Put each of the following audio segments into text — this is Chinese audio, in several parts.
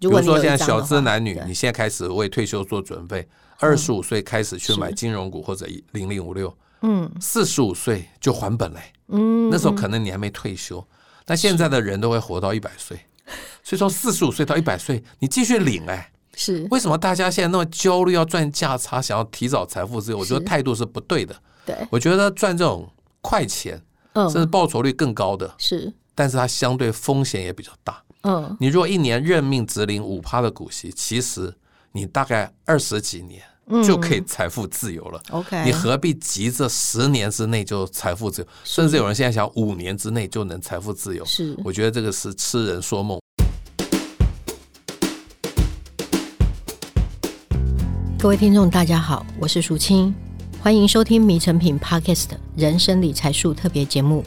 如比果如你有说一现在张小的资话男女对，你现在开始为退休做准备，二十五岁开始去买金融股或者零零五六，嗯四十五岁就还本嘞。嗯，那时候可能你还没退休，但现在的人都会活到一百岁，所以从四十五岁到一百岁，你继续领哎。是为什么大家现在那么焦虑要赚价差，想要提早财富自由？我觉得是态度是不对的。对，我觉得赚这种快钱，嗯甚至报酬率更高的，是但是它相对风险也比较大。嗯你如果一年任命只领五趴的股息，其实你大概二十几年就可以财富自由了。嗯 OK，你何必急着十年之内就财富自由？甚至有人现在想五年之内就能财富自由。是我觉得这个是痴人说梦。各位听众，大家好，我是淑清，欢迎收听《迷成品 Podcast 人生理财术》特别节目。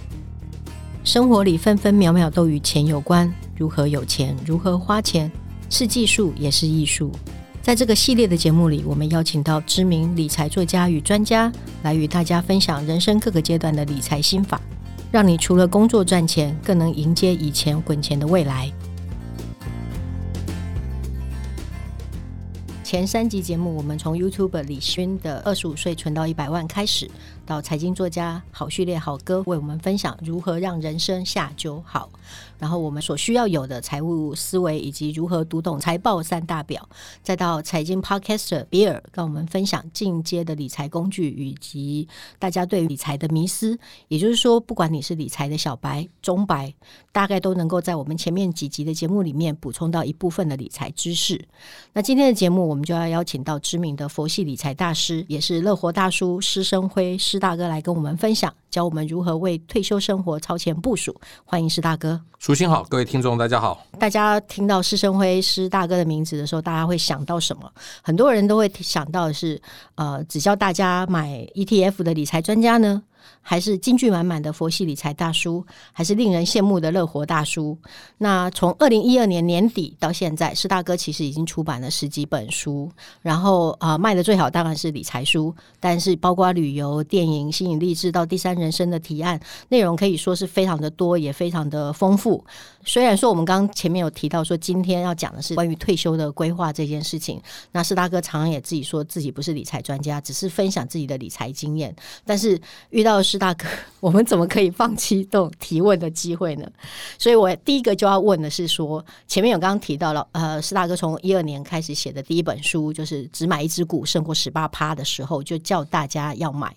生活里分分秒秒都与钱有关，如何有钱，如何花钱，是技术也是艺术。在这个系列的节目里，我们邀请到知名理财作家与专家来与大家分享人生各个阶段的理财心法，让你除了工作赚钱，更能迎接以前滚钱的未来。前三集节目，我们从 YouTuber 李勋的二十五岁存到一百万开始，到财经作家好序列好哥为我们分享如何让人生下酒好，然后我们所需要有的财务思维以及如何读懂财报三大表，再到财经 Podcaster 比尔跟我们分享进阶的理财工具以及大家对于理财的迷思。也就是说，不管你是理财的小白、中白，大概都能够在我们前面几集的节目里面补充到一部分的理财知识。那今天的节目，我们就要邀请到知名的佛系理财大师，也是乐活大叔施生辉施大哥来跟我们分享，教我们如何为退休生活超前部署。欢迎施大哥！舒心好，各位听众大家好。大家听到施生辉施大哥的名字的时候，大家会想到什么？很多人都会想到的是，呃，只教大家买 ETF 的理财专家呢，还是金句满满的佛系理财大叔，还是令人羡慕的乐活大叔？那从二零一二年年底到现在，施大哥其实已经出版了十几本书，然后啊、呃卖的最好当然是理财书，但是包括旅游、电影、吸引力制到第三人生的提案，内容可以说是非常的多，也非常的丰富。虽然说我们刚刚前面有提到说今天要讲的是关于退休的规划这件事情，那施大哥常常也自己说自己不是理财专家，只是分享自己的理财经验。但是遇到施大哥，我们怎么可以放弃这种提问的机会呢？所以我第一个就要问的是说，前面有刚刚提到了，呃，施大哥从一二年开始写的第一本书就是《只买一只股胜过十八趴》的时候，就叫大家要买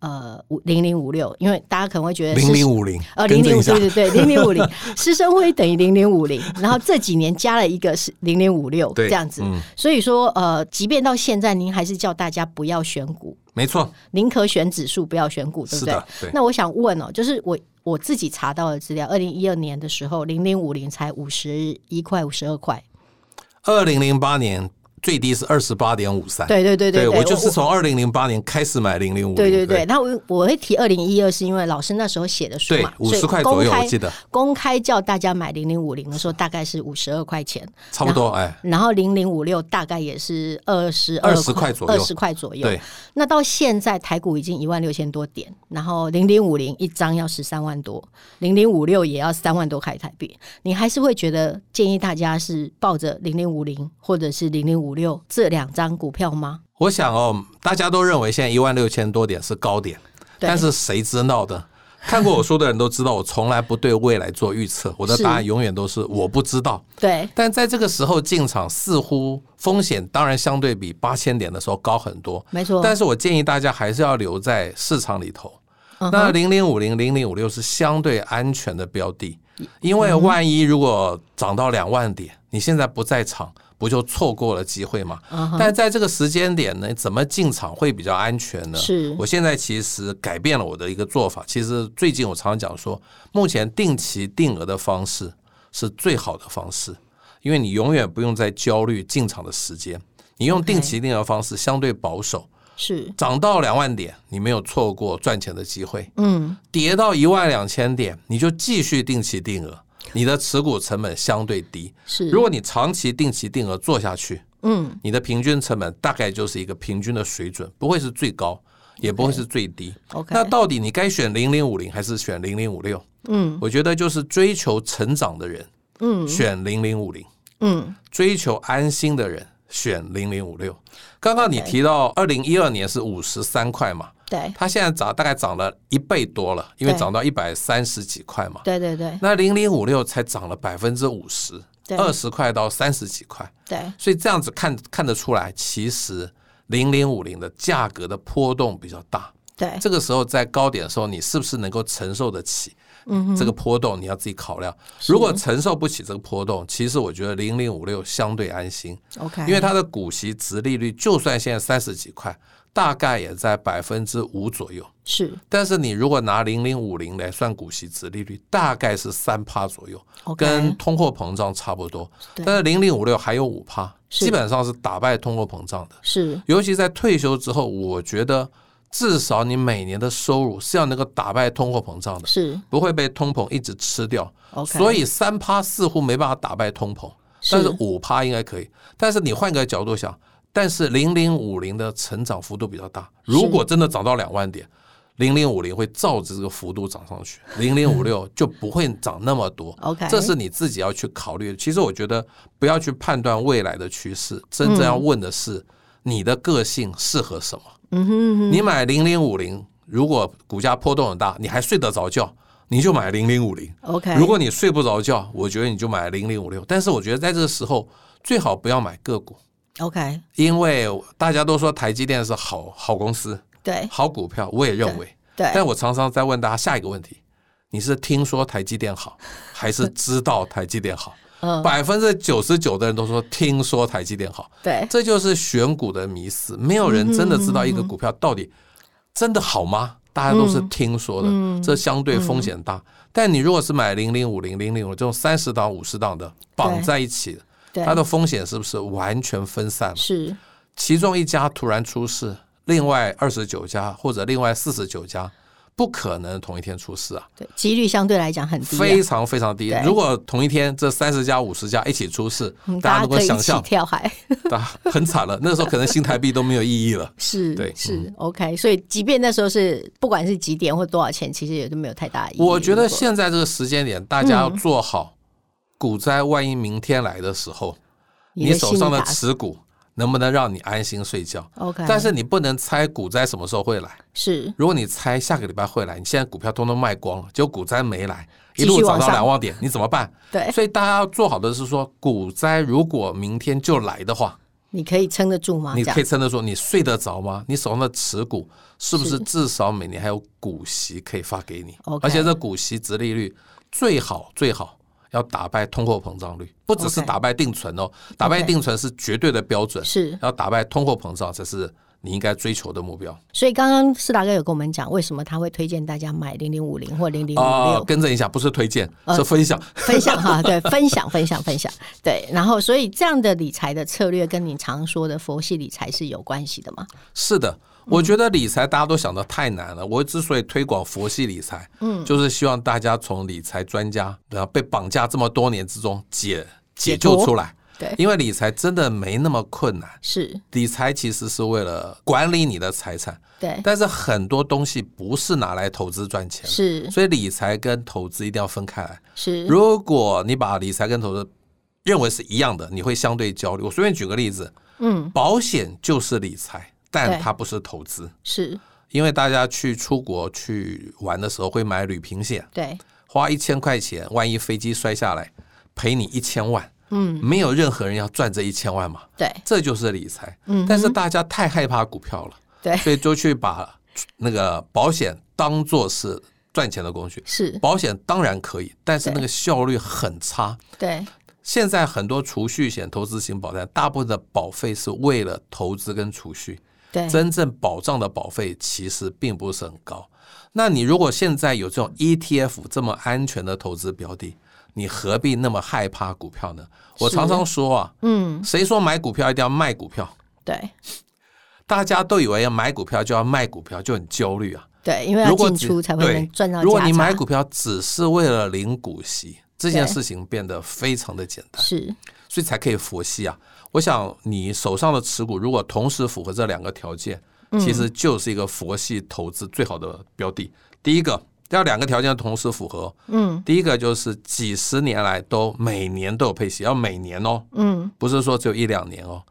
呃五零零五六，因为大家可能会觉得零是零五零呃，，零跟零正五一下对。对对， 零零五零，师生会等于零零五零，然后这几年加了一个是零零五六对这样子，嗯所以说呃，即便到现在，您还是叫大家不要选股，没错，宁可选指数，不要选股，对是不对？的，对。那我想问哦，就是我我自己查到的资料，二零一二年的时候，零零五零才五十一块、五十二块，二零零八年最低是二十八点五三。对对对对，哎我就是从二零零八年开始买零零五。对对对，，那我我会提二零一二，是因为老师那时候写的书对嘛， 50所以块左公右开我记得公开叫大家买零零五零的时候，大概是五十二块钱，差不多哎。然后零零五六大概也是二十20块左右二十块左右。对，那到现在台股已经一万六千多点，然后零零五零一张要十三万多，零零五六也要三万多块台币，你还是会觉得建议大家是抱着零零五零或者是零零五六这两张股票吗？我想哦，大家都认为现在一万六千多点是高点，对但是谁知道的？看过我书的人都知道，我从来不对未来做 预测，我的是答案永远都是我不知道。对，但在这个时候进场，似乎风险当然相对比八千点的时候高很多，没错。但是我建议大家还是要留在市场里头。嗯哼那零零五零、零零五六是相对安全的标的，因为万一如果涨到两万点，你现在不在场，不就错过了机会吗？嗯哼但在这个时间点呢，怎么进场会比较安全呢？是我现在其实改变了我的一个做法。其实最近我常讲说，目前定期定额的方式是最好的方式，因为你永远不用再焦虑进场的时间。你用 OK 定期定额方式相对保守，是涨到两万点，你没有错过赚钱的机会；嗯跌到一万两千点，你就继续定期定额，你的持股成本相对低。是，如果你长期定期定额做下去，嗯你的平均成本大概就是一个平均的水准，不会是最高，也不会是最低。 OK 那到底你该选零零五零还是选零零五六？嗯我觉得就是追求成长的人嗯选零零五零，嗯，追求安心的人选零零五六。刚刚你提到二零一二年是五十三块嘛，对，它现在涨大概涨了一倍多了，因为对涨到一百三十几块嘛。对对对那零零五六才涨了百分之五十，对二十块到三十几块，对，所以这样子看看得出来，其实零零五零的价格的波动比较大。对，这个时候在高点的时候，你是不是能够承受得起？嗯，这个波动你要自己考量。如果承受不起这个波动，其实我觉得零零五六相对安心， OK，因为它的股息值利率就算现在三十几块，大概也在百分之五左右。是但是你如果拿零零五零来算股息值利率，大概是三趴左右， OK，跟通货膨胀差不多。对但是零零五六还有五趴，是基本上是打败通货膨胀的。是尤其在退休之后，我觉得至少你每年的收入是要能够打败通货膨胀的，是不会被通膨一直吃掉。 OK，所以三趴似乎没办法打败通膨，但是五趴应该可以。但是你换个角度想，但是零零五零的成长幅度比较大，如果真的涨到两万点。零零五零会照着这个幅度涨上去，零零 五六就不会涨那么多。 OK，这是你自己要去考虑的。其实我觉得不要去判断未来的趋势，真正要问的是你的个性适合什么。嗯哼嗯哼你买零零五零，如果股价波动很大，你还睡得着觉，你就买零零五零； OK，如果你睡不着觉，我觉得你就买零零五六。但是我觉得在这个时候最好不要买个股， OK 因为大家都说台积电是好好公司、对好股票，我也认为。哎对但我常常在问大家下一个问题：你是听说台积电好，还是知道台积电好？ 嗯百分之九十九的人都说听说台积电好，对这就是选股的迷思。没有人真的知道一嗯个股票到底真的好吗？大家都是听说的，嗯这相对风险大。但你如果是买零零五零零零五这种三十档、五十档的绑在一起，对它的风险是不是完全分散了？是其中一家突然出事，另外二十九家或者另外四十九家，不可能同一天出事啊，对几率相对来讲很低啊，非常非常低对。如果同一天这三十家、五十家一起出事嗯，大家家能够可以一想起象，跳海大家很惨了。那时候可能新台币都没有意义了。是对嗯是 OK，所以即便那时候是不管是几点或多少钱，其实也都没有太大意义。我觉如得果现在这个时间点，大家嗯要做好股灾，万一明天来的时候，你的手心上的打啊持股能不能让你安心睡觉？ OK，但是你不能猜股灾什么时候会来。是如果你猜下个礼拜会来，你现在股票通通卖光了，结果股灾没来，继一续路涨到往上哎两万点，你怎么办？对，所以大家要做好的是说，股灾如果明天就来的话，你可以撑得住吗？你啊这可以样撑得住，你睡得着吗？你手上的持股是不是至少每年还有股息可以发给你？ OK 而且这股息值利率最好最好要打败通货膨胀率，不只是 OK 打败定存哦，打败 OK 定存是绝对的标准，是要打败通货膨胀才是你应该追求的目标。所以刚刚斯达哥有跟我们讲，为什么他会推荐大家买零零五零或零零五啊、六更正一下，不是推荐，呃是分享。分享哈， 对，分享分享分享，对。然后，所以这样的理财的策略跟你常说的佛系理财是有关系的嘛？是嗯的，我觉得理财大家都想的太难了。我之所以推广佛系理财，嗯，就是希望大家从理财专家然后被绑架这么多年之中解解解脱救出来。对因为理财真的没那么困难。是，理财其实是为了管理你的财产，对，但是很多东西不是拿来投资赚钱的，嗯是嗯所以理财跟投资一定要分开来。是，如果你把理财跟投资认为是一样的，你会相对焦虑。我随便举个例子，嗯，保险就是理财，对但它不是投资，是，因为大家去出国去玩的时候会买旅行险，对，花一千块钱，万一飞机摔下来，赔你一千万，嗯，没有任何人要赚这一千万嘛，对，这就是理财。嗯哼但是大家太害怕股票了，对所以就去把那个保险当做是赚钱的工具。是，保险当然可以，但是对那个效率很差。对，现在很多储蓄险、投资型保单，大部分的保费是为了投资跟储蓄，对，真正保障的保费其实并不是很高。那你如果现在有这种 ETF 这么安全的投资标的，你何必那么害怕股票呢？我是常常说啊，嗯，谁说买股票一定要卖股票？对，大家都以为要买股票就要卖股票，就很焦虑啊。对，因为要如果进只出才会对能赚到如果你价买差股票只是为了领股息，这件对事情变得非常的简单，是，所以才可以佛系啊。我想你手上的持股如果同时符合嗯这两个条件，其实就是一个佛系投资最好的标的。第一个要两个条件同时符合。嗯第一个就是几十年来都每年都有配息，要每年哦，嗯不是说只有一两年哦。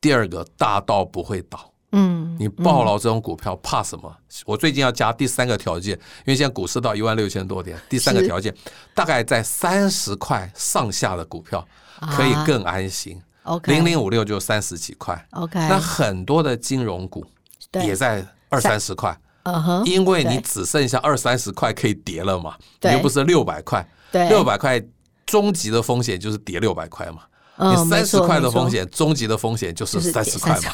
第二个，大到不会倒，嗯你抱牢这种股票怕什么？我最近要加第三个条件，因为现在股市到一万六千多点，第三个是条件大概在三十块上下的股票可以啊更安心。 ，OK，零零五六就三十几块， OK，那很多的金融股也哎对，在二三十块，嗯哼，因为你对只剩下二三十块可以跌了嘛，你对又不是六百块，对，六百块终极的风险就是跌六百块嘛。嗯，你三没十错块的风。没险，终极的风险就是就是三十块嘛。错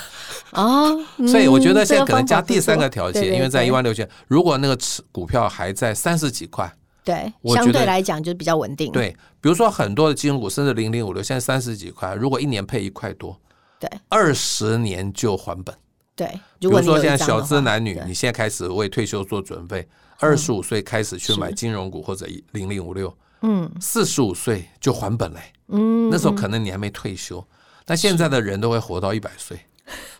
哦，嗯所以我觉得现在这个可能加方法第三不个错条对件，嗯对因为在对一万六千，如果那个持股票还在三十几块，对，我相觉对得来讲就比较稳定。对，比如说很多的金融股，甚至零零五六，现在三十几块，如果一年配一块多，对二十年就还本。对，比如果如你说有一现在张小的资话男女对，你现在开始为退休做准备，二十五岁开始去买金融股或者零零五六，嗯四十五岁就还本嘞。嗯，那时候可能你还没退休，但现在的人都会活到一百岁，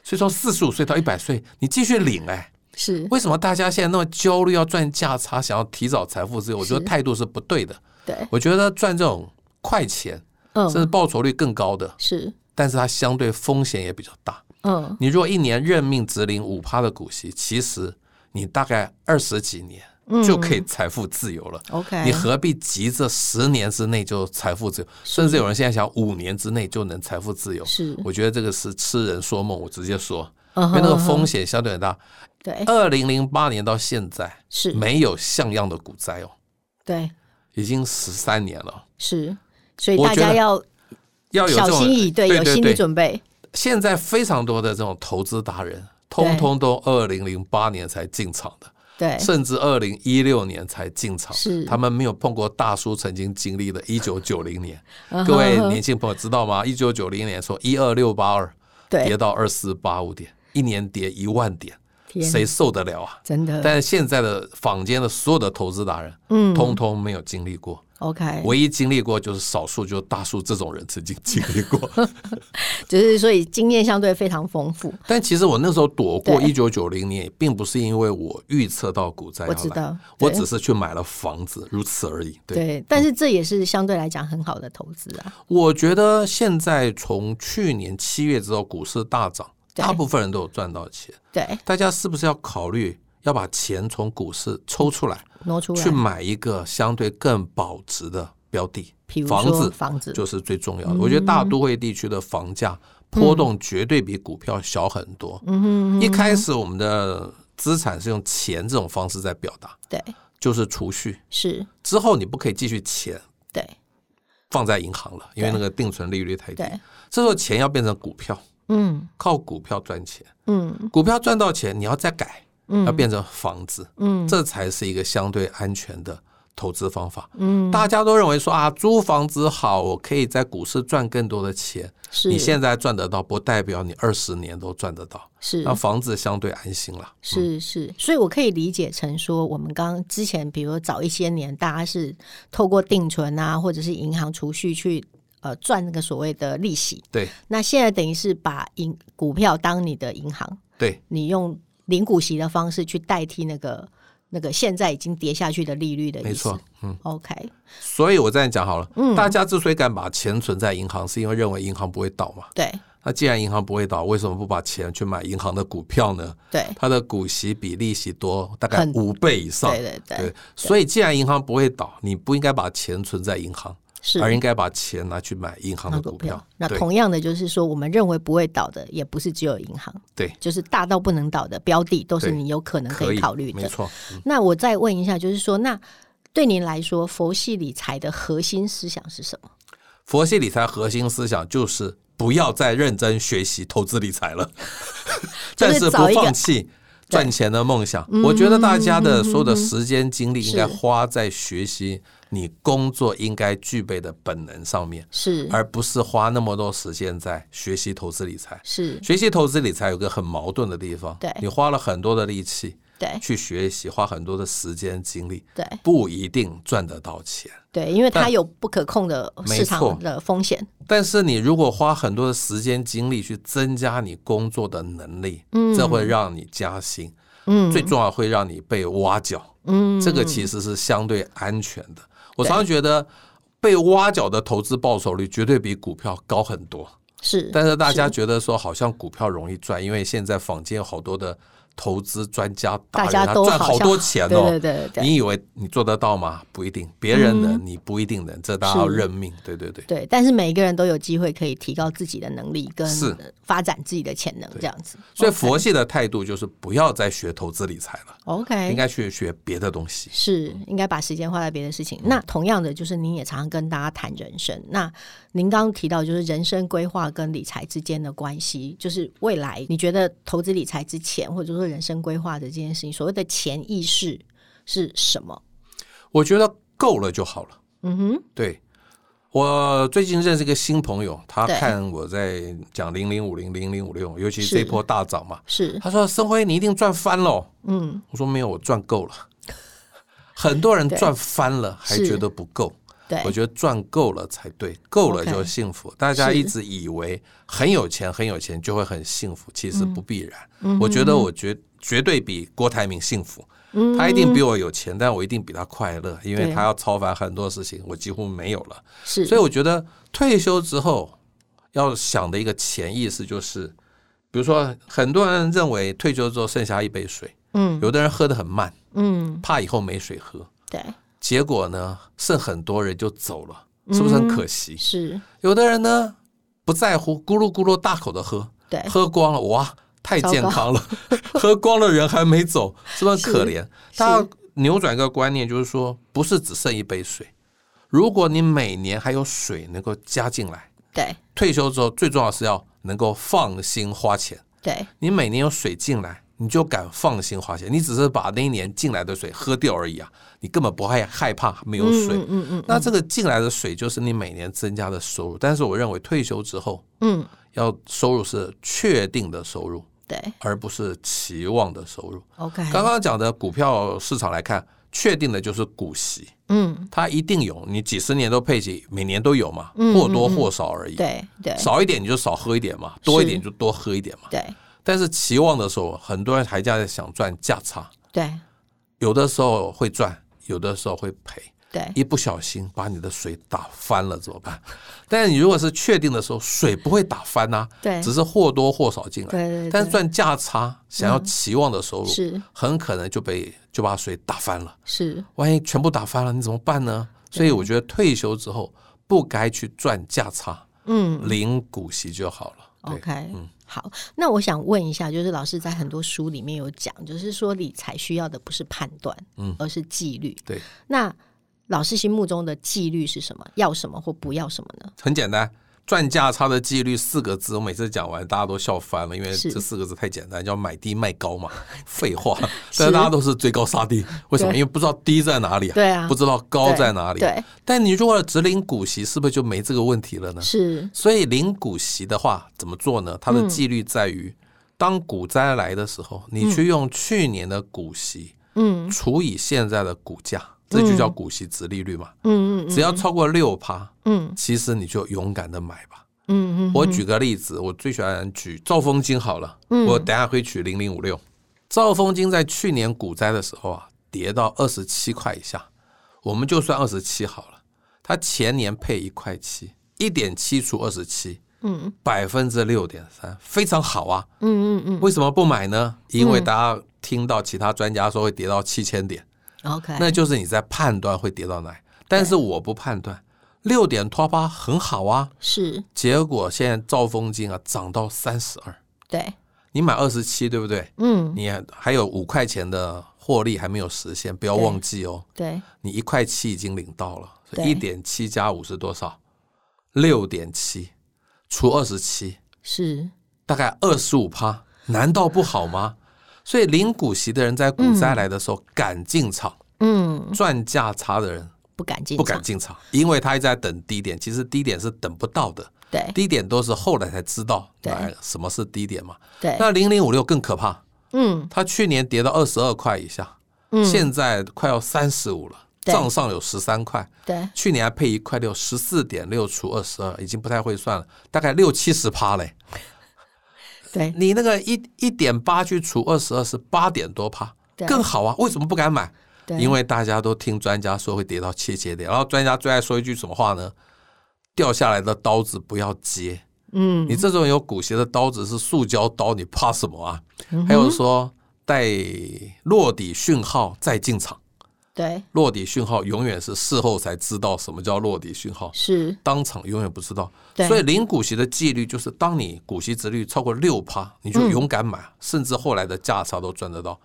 所以从四十五岁到一百岁，你继续领哎。是为什么大家现在那么焦虑，要赚价差，想要提早财富自由？我觉得是态度是不对的。对，我觉得赚这种快钱，甚至嗯报酬率更高的，是但是它相对风险也比较大。嗯你如果一年任命只领五趴的股息，其实你大概二十几年就可以财富自由了。嗯 OK，你何必急着十年之内就财富自由？甚至有人现在想五年之内就能财富自由。是我觉得这个是痴人说梦，我直接说，嗯因为那个哼风险相对很大。对二零零八年到现在是没有像样的股灾哦，对已经十三年了。是，所以我大觉家得要要有小这种心翼翼，对，有心理对对，准备，现在非常多的这种投资达人，通对通都二零零八年才进场的。对甚至二零一六年才进场，是他们没有碰过大叔曾经经历的一九九零年。嗯各位哼年轻朋友知道吗？一九九零年从一二六八二跌对，到二四八五点，一年跌一万点，天谁受得了啊？真的但是现在的坊间的所有的投资达人，嗯通通没有经历过。 OK，唯一经历过就是少数，就是大叔这种人曾经经历过。 就是所以经验相对非常丰富，但其实我那时候躲过对一九九零年，并不是因为我预测到股灾要我来，知道，哎我对只是去买了房子，如此而已。对，嗯对，但是这也是相对来讲很好的投资啊，我觉得现在从去年七月之后，股市大涨，对大部分人都有赚到钱。对，大家是不是要考虑要把钱从股市抽出来，挪出来去，买一个相对更保值的标的比？如房说嗯子房子，就是最重要的。我觉得大都会地区的房价波动绝对比股票小很多。嗯哼，一开始我们的资产是用钱这种方式在表达，对，就是储蓄。是，之后你不可以继续钱对放在银行了，因为那个定存利率太低。对，这时候钱要变成股票，嗯靠股票赚钱。嗯股票赚到钱，你要再改，要嗯变成房子，嗯这才是一个相对安全的投资方法。嗯，大家都认为说啊，租房子好，我可以在股市赚更多的钱。是你现在赚得到，不代表你二十年都赚得到。是那房子相对安心了。是是，所以我可以理解成说，我们刚之前，比如早一些年，大家是透过定存啊，或者是银行储蓄去呃赚那个所谓的利息。对那现在等于是把银股票当你的银行，对你用零股息的方式去代替那个那个现在已经跌下去的利率的意思。没错。嗯 OK，所以我这样讲好了，嗯大家之所以敢把钱存在银行，是因为认为银行不会倒嘛。对那既然银行不会倒，为什么不把钱去买银行的股票呢？对它的股息比利息多，大概很五倍以上。对对对，对，所以既然银行不会倒，你不应该把钱存在银行，是。而应该把钱拿去买银行的股票。那对同样的，就是说，我们认为不会倒的，也不是只有银行，对，就是大到不能倒的标的，都是对你有可能可可以考虑没的。错。那我再问一下，就是说，那对您来说，佛系理财的核心思想是什么？佛系理财核心思想就是不要再认真学习投资理财了， 就是但是不找一个嗯放弃赚钱的梦想。我觉得大家的所有的时间精力应该是花在学习你工作应该具备的本能上面，是而不是花那么多时间在学习投资理财。是，学习投资理财有个很矛盾的地方，嗯对你花了很多的力气对去学习，花很多的时间精力，对不一定赚得到钱。对，因为它但有不可控的没市错场的风险。但是你如果花很多的时间精力去增加你工作的能力，嗯，这会让你加薪，嗯最重要会让你被挖角，嗯，这个其实是相对安全的。我常常觉得被挖角的投资报酬率绝对比股票高很多，是，但是大家觉得说好像股票容易赚，因为现在坊间有好多的投资专家大达家人，他都哎赚好好像多钱对哦。对对对。你以为你做得到吗？不一定，别人能，你不一定能，这大家要嗯是认命。对对对，对，但是每一个人都有机会可以提高自己的能力，跟是发展自己的潜能，这样子。所以佛系的态度就是不要再学投资理财了， OK，应该去学别的东西。是应该把时间花在别的事情。嗯那同样的，就是您也常常跟大家谈人生。那您刚刚提到，就是人生规划跟理财之间的关系，就是未来你觉得投资理财之前，或者说人生规划的这件事情，所谓的潜意识是什么？我觉得够了就好了。嗯哼，对，我最近认识一个新朋友，他对看我在讲零零五零零零五六，尤其是这一波大涨嘛，是，他说：“生辉，你一定赚翻喽。嗯，”我说：“没有，我赚够了。” 很多人对赚翻了还是觉得不够，对我，觉得赚够了才对，够了 OK 就幸福。大家一是直以为很有钱很有钱就会很幸福，其嗯实不必然。我觉得我绝绝对比郭台铭幸福，嗯他一定比我有钱，但我一定比他快乐，因为对他要超凡很多事情，我几乎没有了。是，所以我觉得退休之后要想的一个潜意识就是，比如说很多人认为退休之后剩下一杯水，嗯有的人喝得很慢，嗯，怕以后没水喝，对，结果呢剩很多人就走了，是不是很可惜？是，有的人呢不在乎，咕噜咕噜大口的喝，对，喝光了，哇，太健康了， 喝光了人还没走，是不是很可怜？他要扭转一个观念，就是说，不是只剩一杯水，如果你每年还有水能够加进来，对退休之后最重要是要能够放心花钱。对你每年有水进来，你就敢放心花钱，你只是把那一年进来的水喝掉而已啊，你根本不害害怕没有水。嗯嗯嗯那这个进来的水就是你每年增加的收入，但是我认为退休之后嗯，要收入是确定的收入，对而不是期望的收入。 ，OK，刚刚讲的股票市场来看，确定的就是股息，嗯，它一定有，你几十年都配齐，每年都有嘛，嗯或多或少而已。对对少一点你就少喝一点嘛，多一点就多喝一点嘛。对但是期望的时候，很多人还在想赚价差，对有的时候会赚，有的时候会赔。对，一不小心把你的水打翻了怎么办？ 但你如果是确定的时候，水不会打翻呐、对只是或多或少进来。对对对但是赚价差，想要期望的收入，是很可能就被就把水打翻了。是，万一全部打翻了，你怎么办呢？所以我觉得退休之后不该去赚价差，嗯。领股息就好了。对嗯 OK，好，那我想问一下，就是老师在很多书里面有讲，就是说理财需要的不是判断，嗯而是纪律。对，那老师心目中的纪律是什么？要什么或不要什么呢？很简单。赚价差的纪律四个字，我每次讲完大家都笑翻了，因为是这四个字太简单，叫买低卖 高嘛，废话。但是大家都是追高杀低，为什么？对因为不知道低在哪里啊，对啊不知道高在哪里。啊对，但你如果只领股息，是不是就没这个问题了呢？是，嗯所以领股息的话，怎么做呢？它的纪律在于，当股灾来的时候，你去用去年的股息嗯除以现在的股价，这就叫股息值利率嘛。嗯嗯只要超过六趴，嗯其实你就勇敢的买吧。嗯嗯，我举个例子，我最喜欢举兆丰金好了，嗯我等下会举零零五六。兆丰金在去年股灾的时候啊，跌到二十七块以下，我们就算二十七好了。它前年配一块七，一点七除二十七，嗯百分之六点三，非常好啊。嗯嗯为什么不买呢？因为大家听到其他专家说会跌到七千点，嗯，OK，那就是你在判断会跌到哪里。但是我不判断，六点拖八很好啊。是结果现在兆丰金啊涨到三十二，对，你买二十七对不对？嗯你还有五块钱的获利还没有实现，不要忘记哦。对，你一块七已经领到了，对一点七加五是多少？六点七除二十七，是大概二十五趴，难道不好吗？所以领股息的人在股灾来的时候敢进场，嗯赚价差的人不敢进不场，敢进场，因为他一直在等低点，其实低点是等不到的。对低点都是后来才知道，对哎，什么是低点嘛？对，那零零五六更可怕，嗯它去年跌到二十二块以下，嗯现在快要三十五了，对账上有十三块，对去年还配一块六，十四点六除二十二，已经不太会算了，大概六七十趴嘞。对你那个一一点八去除二十二是八点多趴，对更好啊！为什么不敢买？对因为大家都听专家说会跌到切切点，然后专家最爱说一句什么话呢？掉下来的刀子不要接。嗯，你这种有骨髓的刀子是塑胶刀，你怕什么啊？嗯还有说带落底讯号再进场，对，落底讯号永远是事后才知道什么叫落底讯号，是，当场永远不知道。对所以零股息的纪律就是，当你股息值率超过六趴，你嗯就勇敢买，甚至后来的价差都赚得到。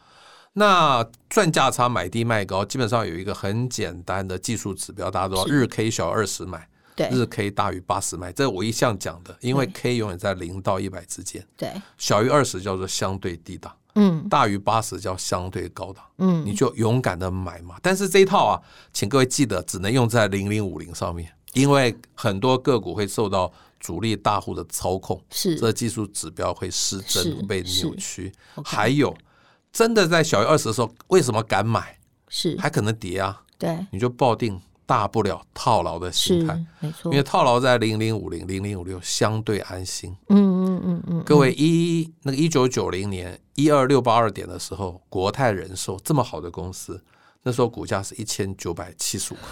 那赚价差买低卖高，基本上有一个很简单的技术指标，大家都知道是日 K 小二十买，对，日 K 大于八十买，这我一向讲的，因为 K 永远在零到一百之间，对，小于二十叫做相对低档，嗯大于八十叫相对高档，嗯，你就勇敢的买嘛。但是这一套啊，请各位记得只能用在零零五零上面，因为很多个股会受到主力大户的操控，是这技术指标会失是真被是扭曲。 OK 还有，真的在小于二十的时候，为什么敢买？是，还可能跌啊，对，你就抱定大不了套牢的是心态。，没错因，为套牢在零零五零、零零五六相对安心。嗯嗯嗯嗯，各位一那个一九九零年一二六八二点的时候，国泰人寿这么好的公司，那时候股价是一千九百七十五块，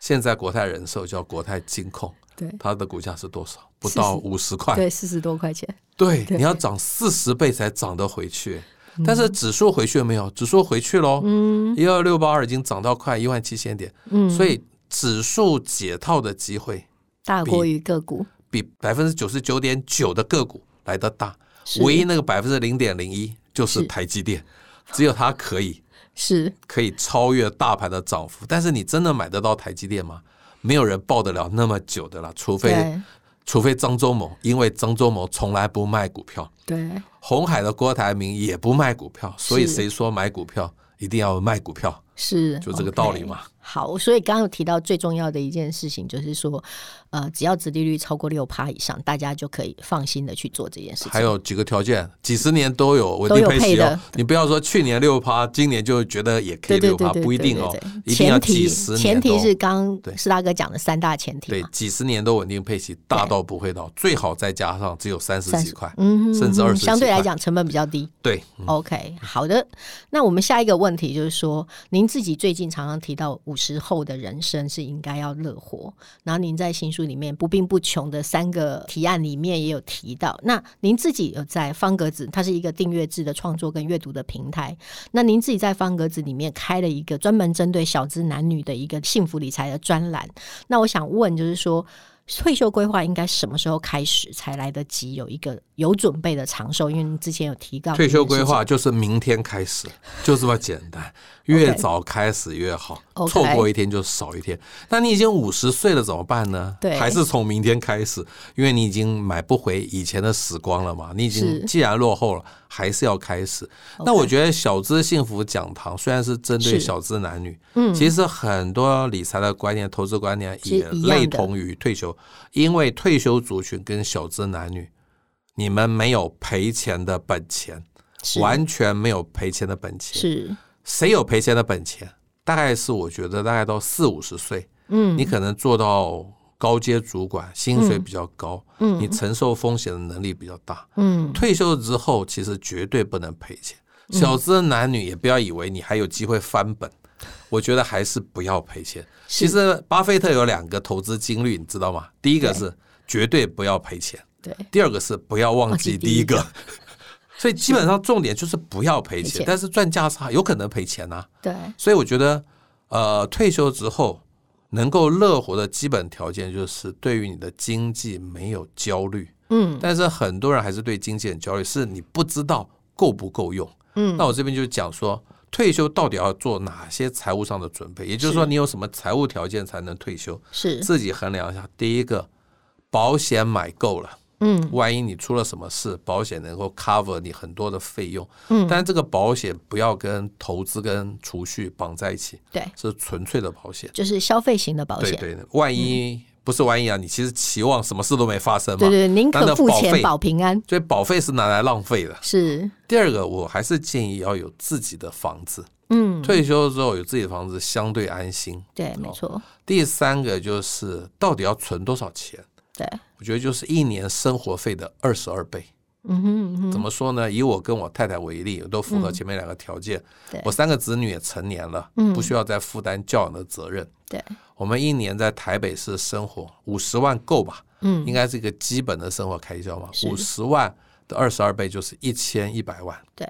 现在国泰人寿叫国泰金控，对它的股价是多少？不40到五十块。嗯对，四十多块钱，对，对嗯你要涨四十倍才涨得回去。但是指数回去了没有？指数回去喽，一二六八二已经涨到快一万七千点，嗯，所以指数解套的机会大过于个股，比百分之九十九点九的个股来得大。是唯一那个百分之零点零一就是是台积电，只有它可以是可以超越大盘的涨幅。但是你真的买得到台积电吗？没有人抱得了那么久的啦，除非对除非张忠谋，因为张忠谋从来不卖股票，对红海的郭台铭也不卖股票，所以是谁说买股票一定要卖股票？是，就这个道理嘛。好，所以刚刚有提到最重要的一件事情，就是说，呃，只要殖利率超过六趴以上，大家就可以放心的去做这件事情。还有几个条件，几十年都有稳都定有配配息哦的。你不要说去年六趴，今年就觉得也可对以对六对趴，对，不一定对哦对对，一定要前提几十年。哦前提是刚对施大哥讲的三大前提对嘛，，几十年都稳定配息，大到不会倒，最好再加上只有三十几30块，嗯甚至嗯二十。相对来，讲成本比较低。对， OK，好的。那我们下一个问题就是说，您自己最近常常提到五十后的人生是应该要乐活，然后您在新书里面不病不穷的三个提案里面也有提到。那您自己有在方格子，它是一个订阅制的创作跟阅读的平台。那您自己在方格子里面开了一个专门针对小资男女的一个幸福理财的专栏。那我想问，就是说。退休规划应该什么时候开始才来得及有一个有准备的长寿？因为您之前有提到退这休件规事情划就是明天开始， 就这么简单，越早开始越好， OK 错过一天就少一天。那你已经五十岁了怎么办呢？对还是从明天开始，因为你已经买不回以前的时光了嘛。你已经是既然落后了，还是要开始。那我觉得小资幸福讲堂虽然是针对是小资男女，嗯其实很多理财的观念、投资观念其也实一样的类同于退休，因为退休族群跟小资男女，你们没有赔钱的本钱。是完全没有赔钱的本钱。是，谁有赔钱的本钱？大概是我觉得大概到四五十岁，嗯，你可能做到高阶主管，薪水比较高，嗯你承受风险的能力比较大。嗯，退休之后，其实绝对不能赔钱。小资男女也不要以为你还有机会翻本，我觉得还是不要赔钱。其实巴菲特有两个投资金律，你知道吗？第一个是绝对不要赔钱，对，第二个是不要忘记忘记第第一一个个。 所以基本上重点就是不要赔赔钱钱，但是赚价差有可能赔钱呐、啊对，所以我觉得，呃，退休之后能够乐活的基本条件就是对于你的经济没有焦虑。嗯，但是很多人还是对经济很焦虑，是你不知道够不够用。嗯那我这边就讲说，退休到底要做哪些财务上的准备？也就是说，是你有什么财务条件才能退休？是，自己衡量一下。第一个，保险买够了。嗯，万一你出了什么事，保险能够 cover 你很多的费用。嗯，但这个保险不要跟投资跟储蓄绑在一起，对，是纯粹的保险。就是消费型的保对险，对，万一、不是万一啊，你其实期望什么事都没发生嘛。对对，宁那那可付保费钱保平安，所以保费是拿来浪费的。是，第二个，我还是建议要有自己的房子，嗯，退休之后有自己的房子相对安心。对，没错，第三个就是到底要存多少钱？对，我觉得就是一年生活费的二十二倍。嗯哼嗯哼，嗯怎么说呢？以我跟我太太为例，都符合前面两个条件。对我三个子女也成年了，嗯不需要再负担教养的责任。对，我们一年在台北市生活五十万够吧？嗯应该是一个基本的生活开销嘛。是五十万的二十二倍就是一千一百万。对，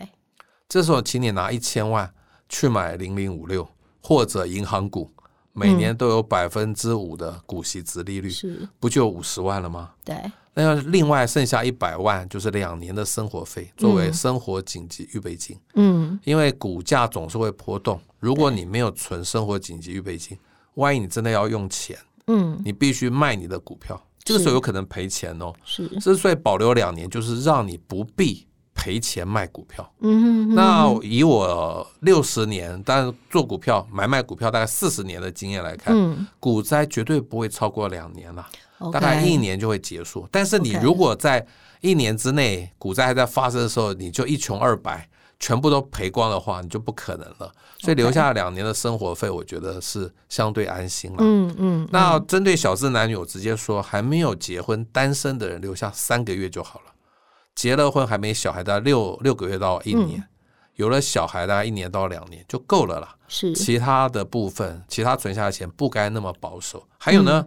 这时候，请你拿一千万去买零零五六或者银行股，每年都有百分之五的股息值利率，嗯是，不就五十万了吗？对，那要另外剩下一百万，就是两年的生活费，作为生活紧急预备金。嗯因为股价总是会波动，如果你没有存生活紧急预备金，万一你真的要用钱，嗯你必须卖你的股票，这个时候有可能赔钱哦。是，之所以保留两年，就是让你不必赔钱卖股票。嗯哼嗯哼那以我六十年，但是做股票买卖股票大概四十年的经验来看，嗯股灾绝对不会超过两年啊了， ，OK，大概一年就会结束。但是你 OK 如果在一年之内股灾还在发生的时候，你就一穷二白，全部都赔光的话，你就不可能了。所以留下两年的生活费，我觉得是相对安心了。嗯嗯，那针对小资男女，我直接说，还没有结婚单身的人留下三个月就好了。结了婚还没小孩的六六个月到一年，有了小孩大概一年到两年就够了啦。是其他的部分，其他存下的钱不该那么保守。还有嗯呢，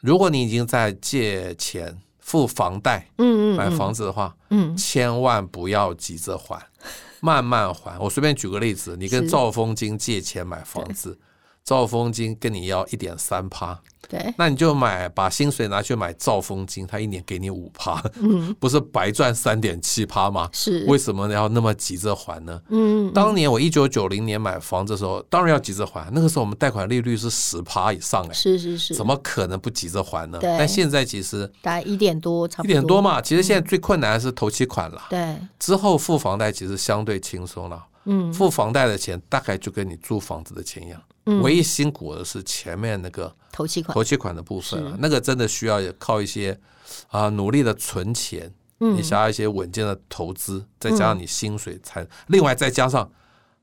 如果你已经在借钱付房贷嗯嗯买房子的话，嗯千万不要急着还， 慢慢还。我随便举个例子，你跟是兆丰金借钱买房子，兆丰金跟你要一点三趴，对，那你就买把薪水拿去买兆丰金，他一年给你五趴， 不是白赚三点七趴吗？嗯是为什么要那么急着还呢？嗯当年我一九九零年买房子的时候，当然要急着还。那个时候我们贷款利率是十趴以上、哎，是是是，怎么么可能不急着还呢？对但现在其实大概一点多嗯差一不点多，嘛，其实现在最困难的是头期款了。对，之后付房贷其实相对轻松了，嗯付房贷的钱大概就跟你租房子的钱一样。嗯唯一辛苦的是前面那个头期款头期款的部分、啊是，那个真的需要靠一些啊、努力的存钱，嗯你想要一些稳健的投资，再加上你薪水才，另外再加上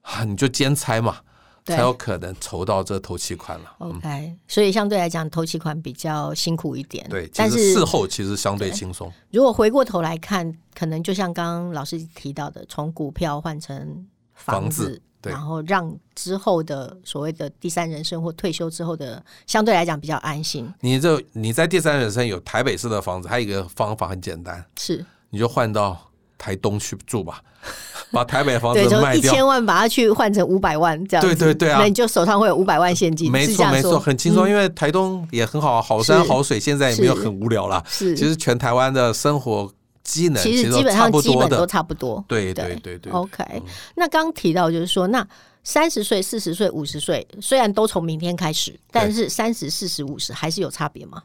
啊，你就兼差嘛，对才有可能筹到这头期款了。 ，OK，所以相对来讲，头期款比较辛苦一点，对，其但实是事后其实相对轻松。如果回过头来看，可能就像刚刚老师提到的，从股票换成房房子，子对然后让之后的所谓的第三人生或退休之后的，相对来讲比较安心。你这你在第三人生有台北市的房子，还有一个方法很简单，是你就换到台东去住吧， 把台北房对，子就卖一掉。千万把它去换成五百万这样子，对对对啊那你就手上会有五百万现金，没是这错样没错，说很轻松，因为台东也很好，啊好山嗯是好水，现在也没有是很无聊啦。是，其实全台湾的生活机能其实都基本差上不基多本都的，差不多。对对对对嗯对。 OK，、那刚提到就是说，那三十岁、四十岁、五十岁，虽然都从明天开始，但是三十、四十、五十还是有差别吗？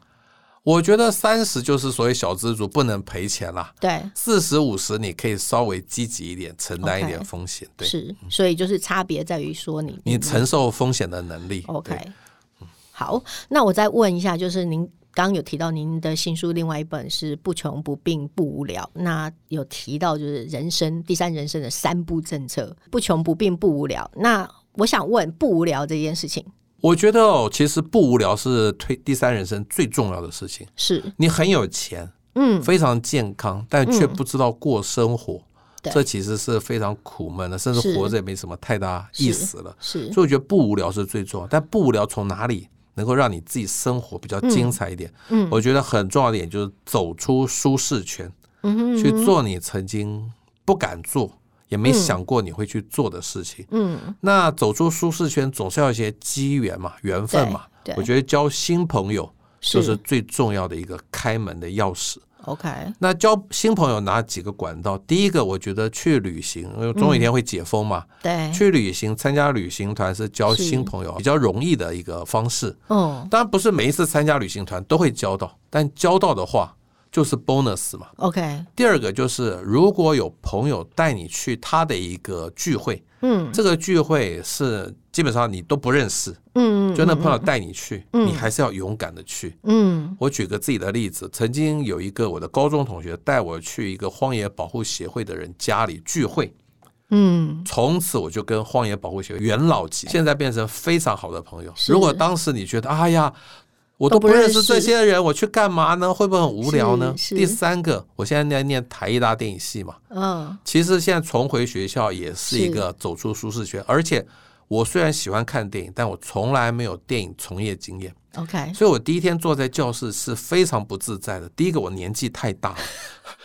我觉得三十就是所谓小资主不能赔钱啦，对，四十五十你可以稍微积极一点，承担一点风险，对嗯是，所以就是差别在于说你你承受风险的能力。对嗯 OK。好，那我再问一下，就是您刚刚有提到您的新书，另外一本是《不穷不病不无聊》，那有提到就是人生第三人生的三不政策：不穷不病不无聊。那我想问，不无聊这件事情我觉得哦，其实不无聊是推第三人生最重要的事情。是你很有钱，嗯，非常健康，但却不知道过生活，对这其实是非常苦闷的，甚至是活着也没什么太大意思了。是所以我觉得不无聊是最重要，但不无聊从哪里能够让你自己生活比较精彩一点？嗯我觉得很重要的一点就是走出舒适圈，嗯哼去做你曾经不敢做，也没想过你会去做的事情。嗯那走出舒适圈总是要一些机缘嘛，缘分嘛。对对我觉得交新朋友就是是最重要的一个开门的钥匙。 OK 那交新朋友哪几个管道？第一个，我觉得去旅行，因为总有一天会解封嘛。对，去旅行，参加旅行团是交新朋友比较容易的一个方式。嗯当然，不是每一次参加旅行团都会交到，但交到的话就是 bonus 嘛。 OK 第二个就是，如果有朋友带你去他的一个聚会，嗯这个聚会是基本上你都不认识，嗯就那朋友带你去，你还是要勇敢的去。嗯我举个自己的例子，曾经有一个我的高中同学带我去一个荒野保护协会的人家里聚会，嗯从此我就跟荒野保护协会元老级，现在变成非常好的朋友。哎是如果当时你觉得哎呀，我都都不不认认识这识些人，我去干嘛呢？会不会很无聊呢？是是第三个，我现在在念台艺大电影系嘛，嗯，其实现在重回学校也是一是个走出舒适圈，而且我虽然喜欢看电影，但我从来没有电影从业经验， OK，所以我第一天坐在教室是非常不自在的。第一个，我年纪太大了，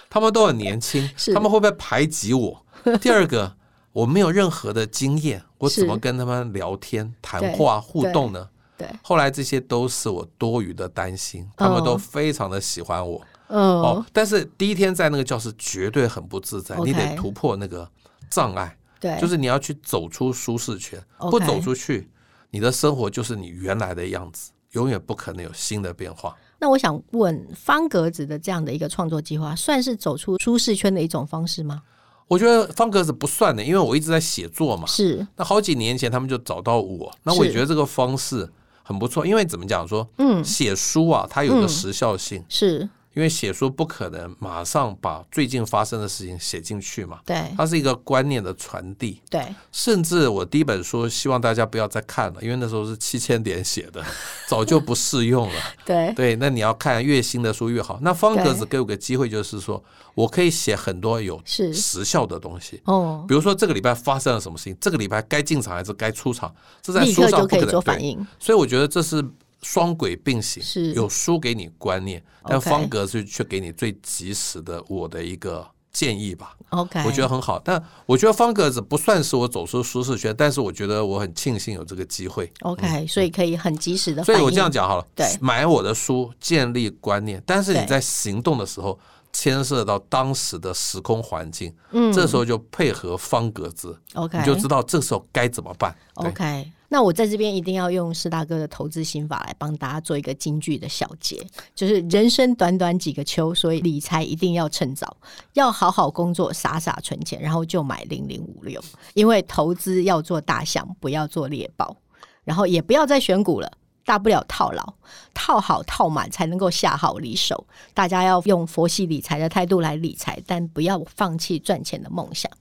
他们都很年轻是，他们会不会排挤 我？第二个，我没有任何的经验，我是怎么跟他们聊天、谈对话、互动呢？对，后来这些都是我多余的担心，他们都非常的喜欢我。嗯哦，，但是第一天在那个教室绝对很不自在 OK 你得突破那个障碍，对，就是你要去走出舒适圈 OK 不走出去，你的生活就是你原来的样子，永远不可能有新的变化。那我想问，方格子的这样的一个创作计划，算是走出舒适圈的一种方式吗？我觉得方格子不算的，因为我一直在写作嘛。是，那好几年前他们就找到我，那我也觉得这个方式很不错，因为怎么讲说，嗯，写书啊，它有一个嗯时效性，是因为写书不可能马上把最近发生的事情写进去嘛，对，它是一个观念的传递。对，甚至我第一本书希望大家不要再看了，因为那时候是七千点写的， 早就不适用 了。对，对，那你要看越新的书越好。那方格子给我个机会，就是说我可以写很多有是时效的东西。哦，比如说这个礼拜发生了什么事情，这个礼拜该进场还是该出场，这在立书刻上就不可可以能做反对应。所以我觉得这是双轨并行，是有书给你观念，但 OK 方格子却给你最及时的我的一个建议吧。 OK，我觉得很好。但我觉得方格子不算是我走出舒适圈，但是我觉得我很庆幸有这个机会。 OK，所以可以很及时的嗯所反以应。我这样讲好了，对买我的书，建立观念，但是你对在行动的时候。牵涉到当时的时空环境，嗯这时候就配合方格子， OK，你就知道这时候该怎么办。对 OK，那我在这边一定要用施大哥的投资心法来帮大家做一个金句的小结，就是人生短短几个秋，所以理财一定要趁早，要好好工作，傻傻存钱，然后就买零零五六，因为投资要做大象，不要做猎豹，然后也不要再选股了。大不了套牢，套好套满才能够下好离手。大家要用佛系理财的态度来理财，但不要放弃赚钱的梦想。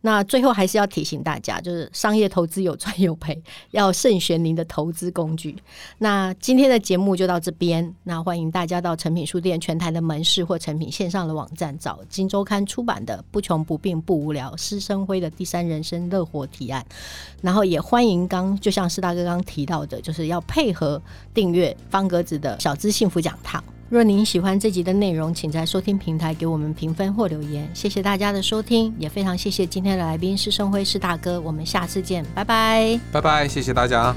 那最后还是要提醒大家，就是商业投资有赚有赔，要慎选您的投资工具。那今天的节目就到这边，那欢迎大家到诚品书店全台的门市或诚品线上的网站找《金周刊》出版的《不穷不病不无聊》施生辉的第三人生乐活提案，然后也欢迎刚就像施大哥刚提到的，就是要配合订阅方格子的小资幸福讲堂。若您喜欢这集的内容，请在收听平台给我们评分或留言。谢谢大家的收听，也非常谢谢今天的来宾施生辉施大哥。我们下次见，拜拜。拜拜，谢谢大家。